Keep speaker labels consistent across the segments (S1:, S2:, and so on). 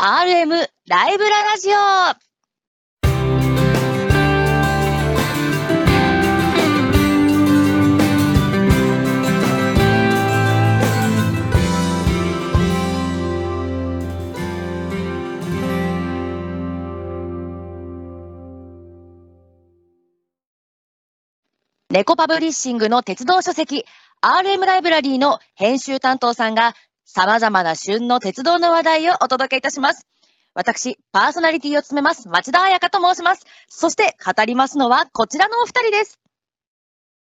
S1: RM ライブララジオ猫パブリッシングの鉄道書籍 RM ライブラリーの編集担当さんが様々な旬の鉄道の話題をお届けいたします。私、パーソナリティを務めます、町田彩香と申します。そして、語りますのは、こちらのお二人です。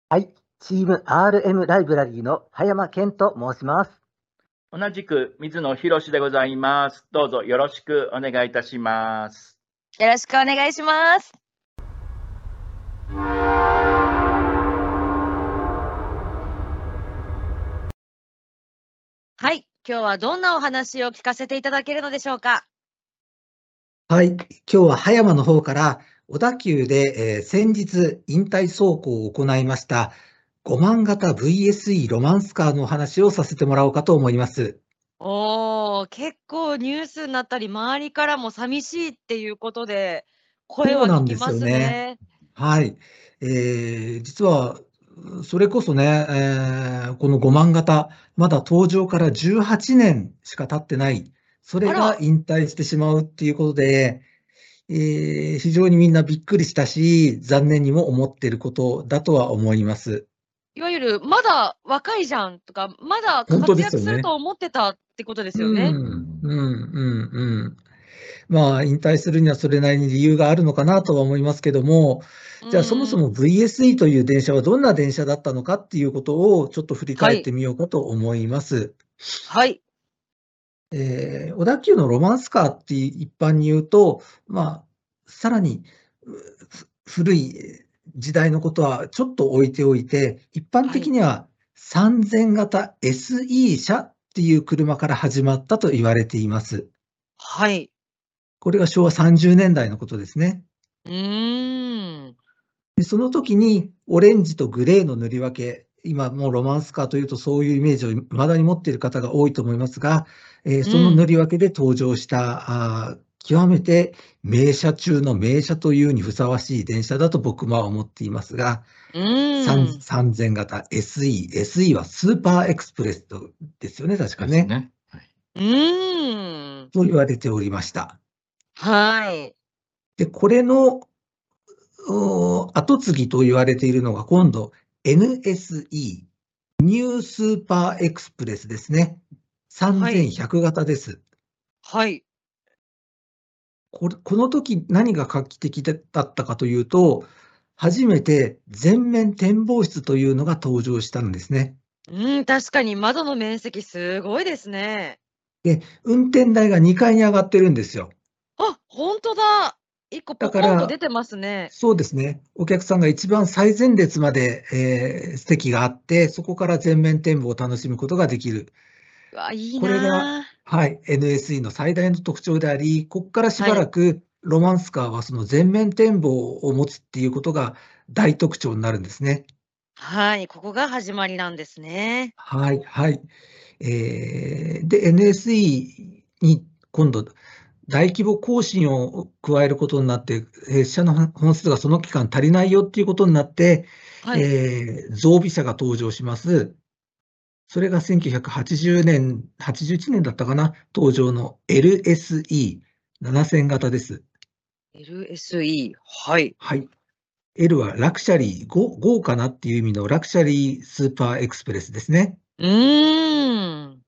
S2: はい、チーム RM ライブラリーの葉山健と申します。
S3: 同じく水野博史でございます。どうぞよろしくお願いいたします。
S1: よろしくお願いします。はい、今日はどんなお話を聞かせていただけるのでしょうか。
S4: はい、今日は葉山の方から小田急で、えー先日引退走行を行いました5万型 VSE ロマンスカーのお話をさせてもらおうかと思います。
S1: おー、結構ニュースになったり、周りからも寂しいっていうことで、声は
S4: そうなん
S1: 聞き
S4: です
S1: ま
S4: よ
S1: す
S4: ね
S1: ね。
S4: はい、えー実はうんそれこそね、えーこの5万型、まだ登場から18年しか経ってない、それ
S1: あ
S4: が
S1: ら
S4: 引退してしまうっていうことで、えー非常にみんなびっくりしたし、残念にも思っていることだとは思います。
S1: いわゆる、まだ若いじゃんとか、まだ
S4: 本
S1: 活
S4: 当です
S1: 躍
S4: よね
S1: すると思ってたってことですよね
S4: う。ん、うん、うん、うん。まあ、引退するにはそれなりに理由があるのかなとは思いますけども、じゃあそもそ
S1: うん
S4: も VSE という電車はどんな電車だったのかっていうことをちょっと振り返ってみようかと思います。
S1: はい。
S4: えー小田急のロマンスカーって一般に言うと、まあ、さらにうふ古い時代のことはちょっと置いておいて、一般的には3000型 SE 車っていう車から始まったと言われています。
S1: はい。
S4: これが昭和30年代のことですね。
S1: うーん。
S4: でその時にオレンジとグレーの塗り分け、今もうロマンスカーというとそういうイメージを未だに持っている方が多いと思いますが、えーその塗り分けで登場した、あー極めて名車中の名車というにふさわしい電車だと僕は思っていますが、
S1: うーん。
S4: 3000型 SE、SE はスーパーエクスプレスとですよね、確かね。
S3: ね。
S1: うーん。
S4: と言われておりました。
S1: はい。
S4: で、これのおー後継ぎと言われているのが今度 NSE、ニュースーパーエクスプレスですね。3100型です。
S1: はい。
S4: これこの時何が画期的だったかというと、初めて全面展望室というのが登場したんですね。
S1: うん、確かに窓の面積すごいですね。
S4: 運転台が2階に上がってるんですよ。
S1: あ、本当だ。一個ポコ
S4: だ
S1: ン
S4: か
S1: と
S4: ら
S1: 出てますね。
S4: そうですね。お客さんが一番最前列まで、えー席があって、そこから全面展望を楽しむことができる。
S1: うわ、いい
S4: これ
S1: な
S4: が
S1: あ。
S4: はい、NSE の最大の特徴であり、ここからしばらくロマンスカーはその全面展望を持つっていうことが大特徴になるんですね。
S1: はい、ここが始まりなんですね。
S4: はい、はい。えーで、NSE に今度、大規模更新を加えることになって、列車の本数がその期間足りないよっていうことになって、
S1: はい。
S4: えー増備車が登場します。それが1980年、81年だったかな、登場の LSE7000 型です。
S1: LSE。はい。
S4: はい。L はラクシャリー、ご豪華なっていう意味のラクシャリースーパーエクスプレスですね。
S1: うーん。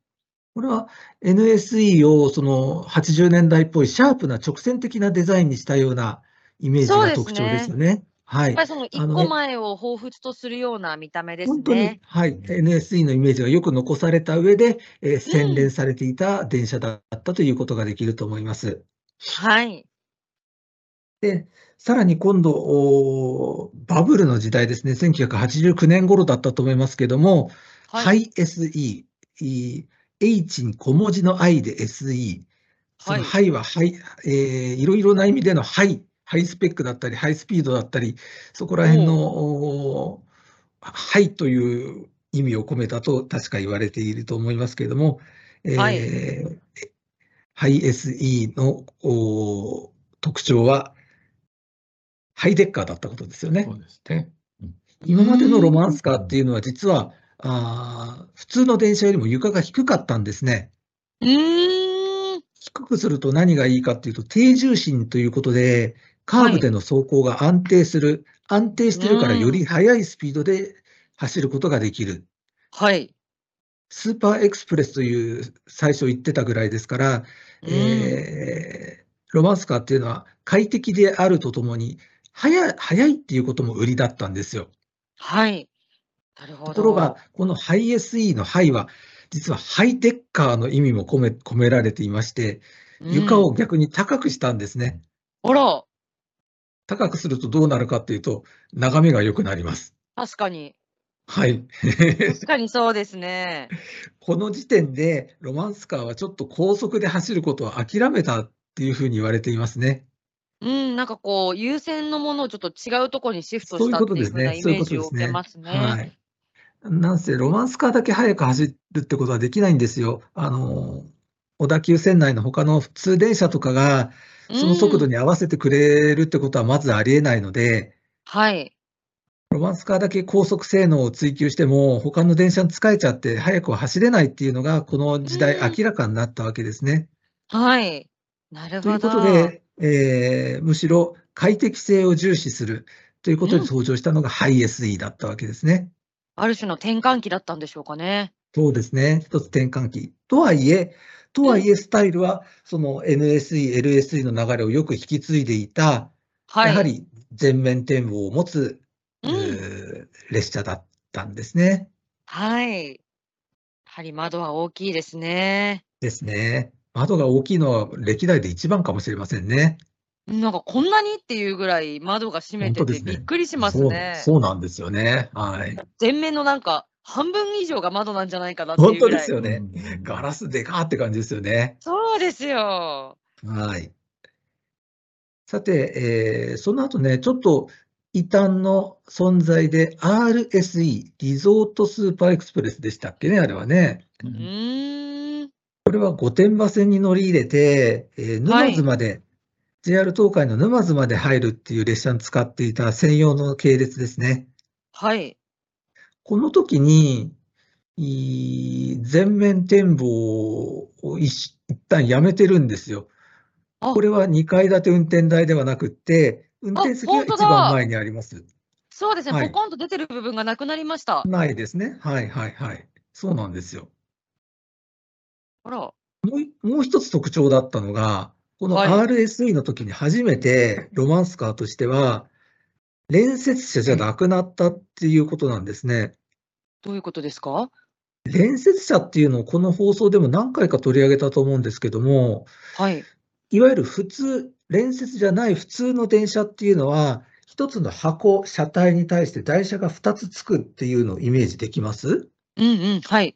S4: これは NSE をその80年代っぽいシャープな直線的なデザインにしたようなイメージ
S1: そうで
S4: が
S1: すね
S4: 特徴ですよね。は
S1: やっ
S4: い
S1: ぱ。りその一
S4: あの
S1: 個前を彷彿とするような見た目です
S4: 本当に
S1: ね。、
S4: はい、NSE のイメージがよく残された上で、えー洗練されていた電車だったということができると思います。
S1: はい。
S4: さらに今度、おーバブルの時代ですね、1989年頃だったと思いますけども、
S1: は。
S4: はいい、SE、E H に小文字の I で SE、そ
S1: はい
S4: のハイはハイ、えーいろいろな意味でのハイ、ハイスペックだったり、ハイスピードだったり、そこら辺の、おーハイという意味を込めたと確か言われていると思いますけれども、えー
S1: はい
S4: えハイ SE のおー特徴は、ハイデッカーだったことですよね
S5: そ。うですね。
S4: 今までのロマンスカーっていうのは、実は、あー普通の電車よりも床が低かったんですね。
S1: うーん。
S4: 低くすると何がいいかっていうと、低重心ということで、カーブでの走行が安定する、安定してるから
S1: うん
S4: より速いスピードで走ることができる。
S1: はい。
S4: スーパーエクスプレスという最初言ってたぐらいですから、えーロマンスカーっていうのは快適であるとともに、速い速いっていうことも売りだったんですよ。
S1: はい。なるほど。
S4: ところが、、このハイ SE のハイは、実はハイデッカーの意味も込め込められていまして、床。を逆に高くしたんですね。
S1: あら、
S4: 高くするとどうなるかっていうと、眺めが良くなります。
S1: 確かに。
S4: はい。
S1: 確かにそうですね。
S4: この時点で、ロマンスカーはちょっと高速で走ることを諦めたっていうふうに言われていますね。
S1: うん、なんかこう、優先のものをちょっと違うところにシフト
S4: そ
S1: し
S4: ういう
S1: た
S4: こ
S1: っ
S4: と
S1: てい
S4: で
S1: う
S4: す
S1: ふうな
S4: ね。
S1: イ
S4: そうい
S1: メ
S4: う
S1: ー
S4: こと
S1: ジ
S4: で
S1: を
S4: す
S1: 受け
S4: ね。
S1: ますね。
S4: はい。なんせ、ロマンスカーだけ速く走るってことはできないんですよ。あの、小田急線内の他の普通電車とかが、その速度
S1: に。
S4: に合わせてくれるってことはまずありえないので、
S1: はい。
S4: ロマンスカーだけ高速性能を追求しても、他の電車に使えちゃって、速くは走れないっていうのが、この時代
S1: うん
S4: 明らかになったわけですね。
S1: はい。なる
S4: とい
S1: ほ
S4: う
S1: ど。
S4: ことで、えーむしろ快適性を重視するということ
S1: うん
S4: に登場したのがハイ SE だったわけですね。
S1: ある種の転換期だったんでしょうかね。
S4: そうですね。一つ転換期。とはいえ、とはいえ、スタイルは、その NSE、LSE の流れをよく引き継いでいた、
S1: はい。
S4: やはり全面展望を持つ、
S1: うん
S4: えー列車だったんですね。
S1: はい。やはり窓は大きいですね。
S4: ですね。窓が大きいのは歴代で一番かもしれませんね。
S1: なんかこんなにっていうぐらい窓が閉めて
S4: 本当で
S1: て
S4: すね
S1: びっくりします
S4: そう
S1: ね。
S4: そうなんですよね。はい。
S1: 全面のなんか半分以上が窓なんじゃないかなってい
S4: 本
S1: うぐ
S4: 当
S1: ら
S4: で
S1: い。
S4: すよね。
S5: うん
S4: ガラスでかーって感じですよね。
S1: そうですよ。
S4: はい。さて、えーその後ね、ちょっと異端の存在で RSE、リゾートスーパーエクスプレスでしたっけね、あれはね。
S1: うーん。
S4: これは御殿場線に乗り入れて、えー
S1: はい
S4: 沼津まで、JR 東海の沼津まで入るっていう列車に使っていた専用の系列ですね。
S1: はい。
S4: この時に、いー全面展望を一一旦やめてるんですよ。
S1: あ
S4: これは2階建て運転台ではなくって、運転席が
S1: 本当
S4: 一
S1: だ
S4: 番前にあります。
S1: そうですね、
S4: はい
S1: ポコンと出てる部分がなくなりました。
S4: ないですね。はいはいはい。そうなんですよ。
S1: あら。
S4: もう一つ特徴だったのが、この
S1: はい
S4: RSE の時に初めてロマンスカーとしては、連接車じゃなくなったっていうことなんですね。
S1: どういうことですか
S4: 連接車っていうのをこの放送でも何回か取り上げたと思うんですけども、
S1: はい。
S4: いわゆる普通、連接じゃない普通の電車っていうのは、一つの箱、車体に対して台車が2つつくっていうのをイメージできます
S1: うんうん。はい。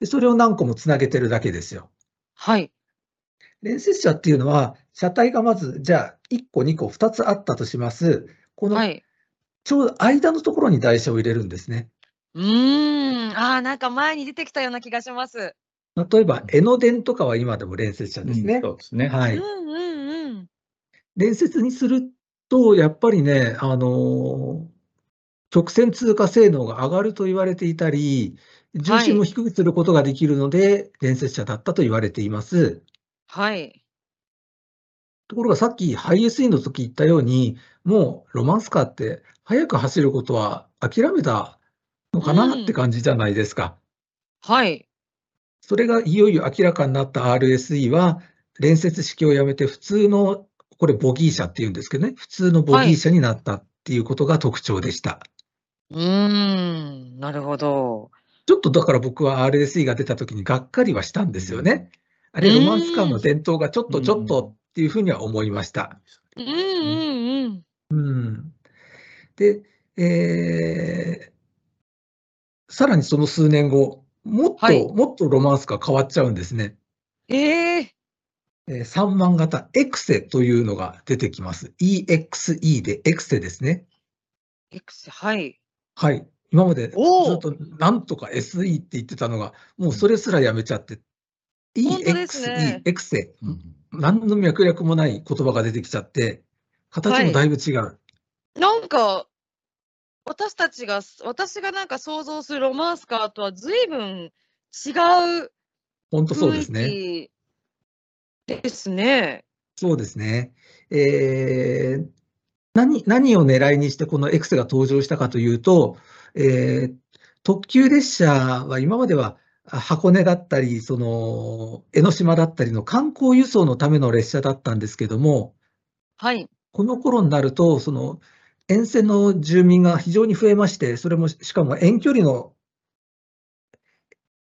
S4: でそれを何個もつなげてるだけですよ。
S1: はい。
S4: 連接車っていうのは、車体がまず、じゃあ、1個、2個、2つあったとします。この
S1: はい。
S4: ちょうど間のところに台車を入れるんですね。
S1: うーん。ああ、なんか前に出てきたような気がします。
S4: 例えば、江ノ電とかは今でも連接車です
S5: う
S4: ね
S5: ん。そうですね。
S4: は
S1: うん
S4: い。
S1: うんうん。
S4: 連接にすると、やっぱりね、あのー直線通過性能が上がると言われていたり、重心も低くすることができるので、連接車だったと言われています。
S1: はい。
S4: ところがさっきハイ SE の時言ったように、もうロマンスカーって速く走ることは諦めたのかなって感じじゃないですか。
S1: はい。
S4: それがいよいよ明らかになった RSE は、連接式をやめて普通の、これボギー車っていうんですけどね、普通のボギー車になったっていうことが特徴でした。
S1: うーん。なるほど。
S4: ちょっとだから僕は RSE が出た時にがっかりはしたんですよね。あれ、
S1: うん
S4: ロマンスカーの伝統がちょっ
S5: う
S4: と
S5: ん
S4: ちょっとっていうふうには思いました。
S1: うんうんうん。
S4: うん。で、えー、さらにその数年後、もっと、
S1: はい
S4: もっとロマンスカー変わっちゃうんですね。
S1: ええ
S4: えー3万型エクセというのが出てきます。EXE でエクセですね。
S1: X、はい。
S4: はい。今までずっ
S1: おー
S4: となんとか SE って言ってたのが、もうそれすらやめちゃって、
S6: 本当ですね
S4: EXE、エクセ、何の脈略もない言葉が出てきちゃって、形もだいぶ違う。
S1: なんか、私たちが、私がなんか想像するロマンスカーとは随分違う
S4: 本当そう
S1: 雰
S4: ですね。
S1: 囲気ですね。
S4: そうですね。えー何、何を狙いにしてこのエクセが登場したかというと、えー特急列車は今まではあ箱根だったり、その江ノ島だったりの観光輸送のための列車だったんですけども、
S1: はい。
S4: この頃になると、その沿線の住民が非常に増えまして、それもしかも遠距離の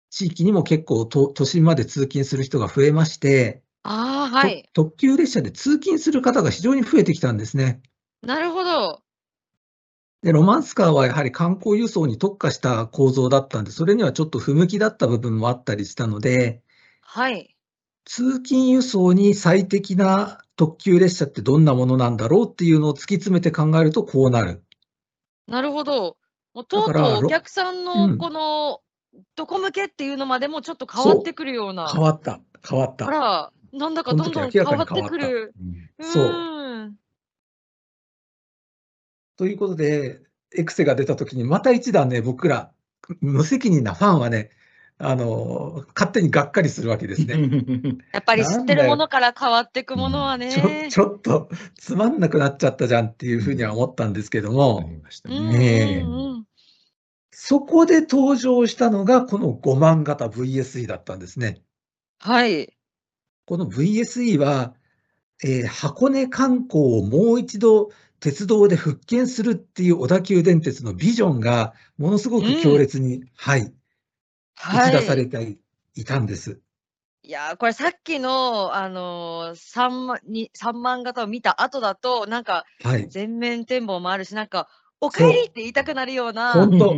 S4: 地域にも結構と都心まで通勤する人が増えまして、
S1: ああ、はい。
S4: と特急列車で通勤する方が非常に増えてきたんですね。
S1: なるほど。
S4: で、ロマンスカーはやはり観光輸送に特化した構造だったんで、それにはちょっと不向きだった部分もあったりしたので、
S1: はい。
S4: 通勤輸送に最適な特急列車ってどんなものなんだろうっていうのを突き詰めて考えるとこうなる。
S1: なるほど。もう
S4: だ
S1: とうと
S4: から
S1: うお
S4: ろ
S1: 客さん
S4: う
S1: の
S4: ん
S1: この、どこ向けっていうのまでもちょっと変わってくるような。
S4: 変わった、変わ
S1: あ
S4: った。
S1: ら、なんだか
S4: こ
S1: ど
S4: の
S1: ん
S4: 時
S1: どん
S4: 明
S1: 変
S4: らかに
S1: わってくる。
S4: そう
S1: ーん。
S4: ということで、エクセが出た時に、また一段ね、僕ら、無責任なファンはね、あの、勝手にがっかりするわ けですね。
S1: やっぱり知ってるものから変わっていくものは
S4: ちょ
S1: ね。
S4: ちょっとつまんなくなっちゃったじゃんっていうふうには思ったんですけど
S3: あ
S4: も、
S3: りました
S1: うん
S3: ね。
S1: うん
S4: ねえ
S1: うん
S4: そこで登場したのがこの5万型 VSE だったんですね。
S1: はい。
S4: この VSE は、えー箱根観光をもう一度鉄道で復権するっていう小田急電鉄のビジョンがものすごく強烈に、はい、打
S1: は
S4: ち出さ
S1: い
S4: れ。ていいたんです。
S1: いやーこれさっきの、あのー、三万、に三万型を見た後だと、なんか
S4: はい。
S1: 全面展望もあるし、なんか、おか
S4: そう
S1: えりって言いたくなるような、
S4: 本当、
S1: そ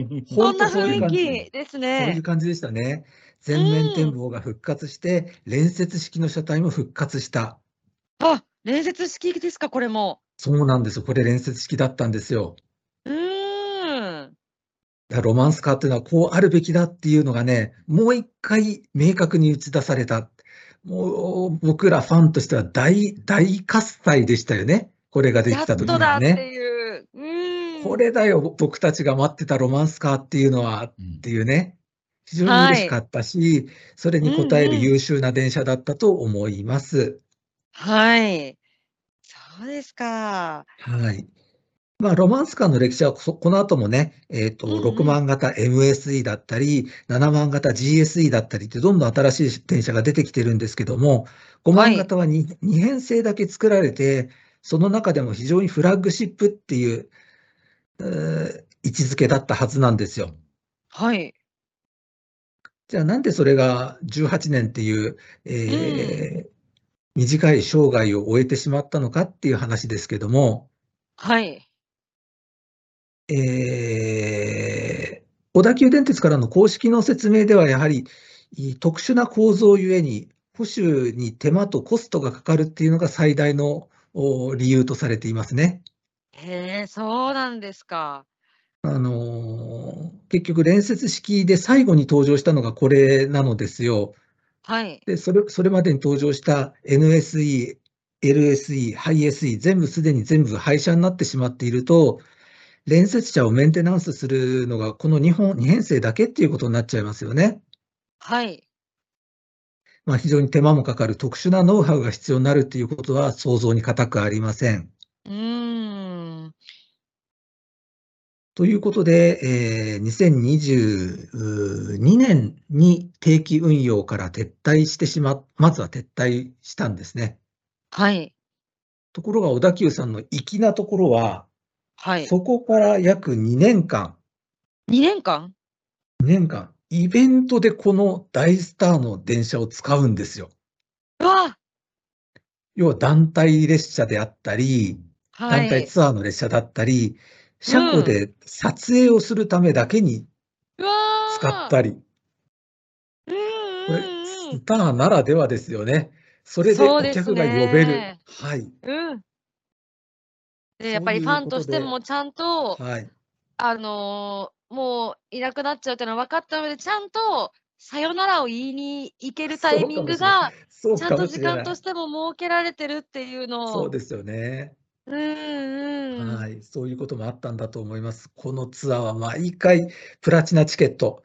S1: ん
S4: 本当
S1: な
S4: そうい
S1: 雰
S4: う感じ。
S1: 囲気です
S4: そうい
S1: ね
S4: う。感じでしたね。全面展望が復活して、連接式の車体も復活した。
S1: あ、連接式ですか、これも。
S4: そうなんですよ。これ連接式だったんですよ。
S1: うーん。
S4: だからロマンスカーっていうのはこうあるべきだっていうのがね、もう一回明確に打ち出された。もう僕らファンとしては大、大喝采でしたよね。これがで
S1: や
S4: き
S1: ったと
S4: 時に
S1: だ
S4: は
S1: って
S4: ね。
S1: いう。うーん。
S4: これだよ、僕たちが待ってたロマンスカーっていうのはっていうね。非常に嬉しかったし、それに応え
S1: うんう
S4: る
S1: ん
S4: 優秀な電車だったと思います。
S1: はい。そうですか。
S4: はい。まあ、ロマンスカーの歴史はこそ、この後もね、えっと、
S1: うんうん
S4: 6万型 MSE だったり、7万型 GSE だったりって、どんどん新しい電車が出てきてるんですけども、5
S1: は
S4: 万
S1: い
S4: 型は 2, 二編成だけ作られて、その中でも非常にフラッグシップっていう、えー位置づけだったはずなんですよ。
S1: はい。
S4: じゃあなんでそれが18年っていう、えー短い生涯を終えてしまったのかっていう話ですけども、
S1: はい。
S4: えー小田急電鉄からの公式の説明では、やはりい特殊な構造ゆえに、保守に手間とコストがかかるっていうのが最大のお理由とされていますね。
S1: へえ、そうなんですか。
S4: あのー結局、連接式で最後に登場したのがこれなのですよ。
S1: はい。
S4: で、それ、それまでに登場した NSE、LSE、ハイ SE、全部すでに全部廃車になってしまっていると、連接車をメンテナンスするのがこの2本、2編成だけっていうことになっちゃいますよね。
S1: はい。
S4: まあ非常に手間もかかる特殊なノウハウが必要になるっていうことは想像に難くありません。
S1: うーん。
S4: ということで、えー2022年に定期運用から撤退してしま、まずは撤退したんですね。
S1: はい。
S4: ところが小田急さんの粋なところは、
S1: はい。
S4: そこから約2年間、
S1: 2年間
S4: 2年間、イベントでこの大スターの電車を使うんですよ。
S1: うわ
S4: 要は団体列車であったり、
S1: は
S4: 団体
S1: い。
S4: ツアーの列車だったり、車庫で撮影をするためだけに
S1: うわ
S4: 使ったり、
S1: うん
S4: これ、
S1: うんうん
S4: スターならではですよね。それで
S1: そう
S4: お
S1: です
S4: 客が呼べる
S1: ね。
S4: はい。
S1: うん。
S4: そう
S1: で、やっぱり
S4: いう
S1: ファンとして
S4: ことで
S1: もちゃんと、
S4: はい。
S1: あのーもういなくなっちゃうっていうのは分かった上で、ちゃんとさよならを言いに行けるタイミングが、
S4: そう
S1: ちゃん
S4: か
S1: と
S4: もし
S1: 時
S4: れな
S1: 間
S4: い
S1: としても設けられてるっていうの
S4: そう
S1: を。
S4: ですよね。
S1: うんうん。
S4: はい、そういうこともあったんだと思います。このツアーは毎回プラチナチケット、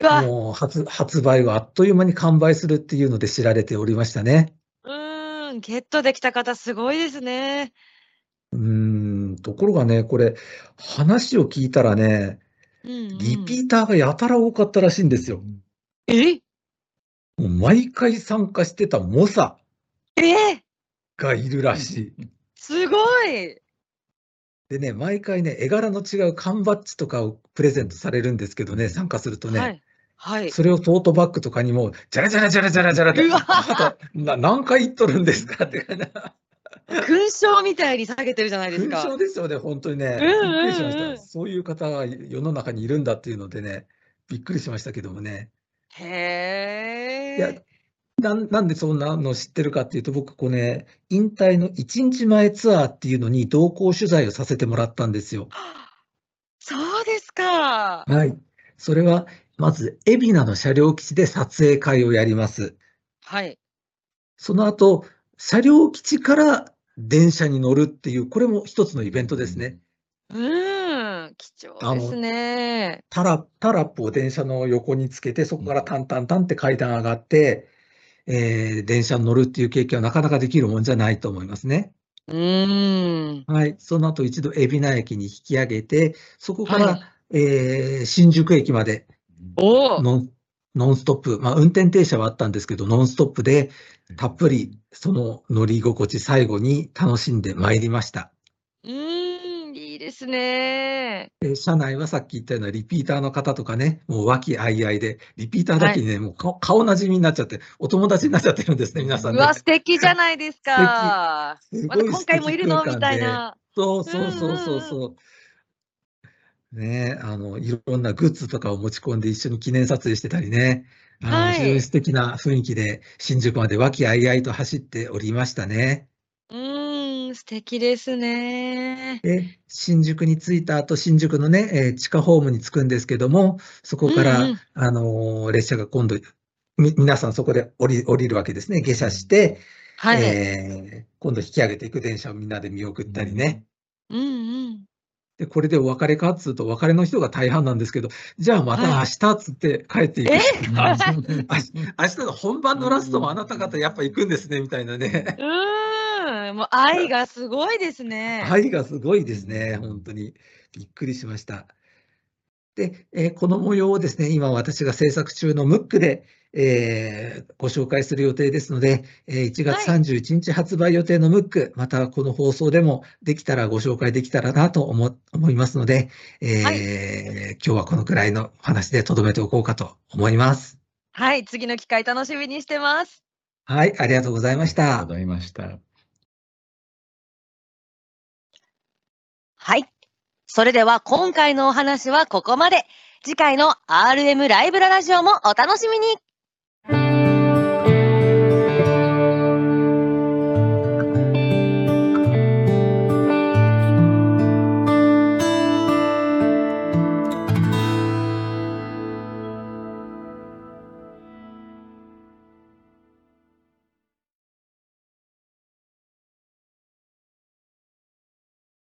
S1: うわ
S4: もう発発売後あっという間に完売するっていうので知られておりましたね。
S1: うーん、ゲットできた方すごいですね。
S4: うーん、ところがね、これ、話を聞いたらね、リ
S1: ー
S4: ピーターがやたら多かったらしいんですよ。
S1: え
S4: もう毎回参加してた猛者
S1: え
S4: がいるらしい。
S1: すごい
S4: でね、毎回ね、絵柄の違う缶バッジとかをプレゼントされるんですけどね、参加するとね、
S1: はい。はい。
S4: それをトートバッグとかにも、じゃらじゃらじゃらじゃらじゃらって、
S1: うわ
S4: あなたな 何回言っとるんですかって感じ。
S1: 勲章みたいに下げてるじゃないです
S4: 勲
S1: か。
S4: 章ですよね、本当にね。
S1: うんうんうん
S4: びっくりしました。そういう方が世の中にいるんだっていうのでね、びっくりしましたけどもね。
S1: へ
S4: いや
S1: え。
S4: なんなんでそんなの知ってるかっていうと、僕、こうね、引退の1日前ツアーっていうのに同行取材をさせてもらったんですよ。
S1: そうですか。
S4: はい。それは、まず、海老名の車両基地で撮影会をやります。
S1: はい。
S4: その後、車両基地から電車に乗るっていう、これも一つのイベントですね。
S1: うーん、貴重
S4: あ
S1: で
S4: の
S1: すね。
S4: タラタラップを電車の横につけて、そこからタンタンタンって階段上がって、えー電車に乗るっていう経験はなかなかできるもんじゃないと思いますね。
S1: うーん。
S4: はい。その後、一度、海老名駅に引き上げて、そこから、
S1: はい
S4: えー新宿駅まで
S1: お
S4: ノンノンストップ、まあ、運転停車はあったんですけど、ノンストップでたっぷりその乗り心地、最後に楽しんでまいりました。
S1: うーん、いいですね。
S4: で車内はさっき言ったようなリピーターの方とかね、もう和気あいあいで、リピーターだけにね、もう顔顔なじみになっちゃって、お友達になっちゃってるんですね、皆さん
S1: う
S4: ね。
S1: わ、素敵じゃないですか。
S4: す
S1: ま
S4: ご
S1: た
S4: い
S1: 今回もいるの
S4: 素敵
S1: み
S4: 空
S1: た
S4: 間
S1: い
S4: で。
S1: な。
S4: そうそうそうそうそう。ねえあの、いろんなグッズとかを持ち込んで一緒に記念撮影してたりね。あの
S1: はい
S4: 非常に素敵な雰囲気で、新宿まで和気あいあいと走っておりましたね。
S1: うーん、素敵ですね。
S4: で、新宿に着いた後、新宿のね、えー地下ホームに着くんですけども、そこから、
S1: うんうん
S4: あのー列車が今度、み、皆さんそこで降り、降りるわけですね。下車して、
S1: はい。
S4: えー今度引き上げていく電車をみんなで見送ったりね。
S1: うんうん。
S4: で、これでお別れかっつうと、お別れの人が大半なんですけど、じゃあまた
S1: は
S4: 明日っつって帰っていく
S1: え
S4: 人が、明日の本番のラストもあなた方やっぱ行くんですね、みたいなね。
S1: うーん、もう愛がすごいですね。い。
S4: 愛がすごいですね、本当に。びっくりしました。で、えーこの模様をですね、今私が制作中のムックで、えーご紹介する予定ですので、えー1月
S1: はい
S4: 31日発売予定のムック、またこの放送でもできたらご紹介できたらなと思思いますので、えー
S1: はい
S4: 今日はこのくらいのお話でとどめておこうかと思います。
S1: はい、次の機会楽しみにしてます。
S4: はい、ありがとうございました。
S7: ありがとうございました。
S8: はい。それでは今回のお話はここまで。次回の RM ライブララジオもお楽しみに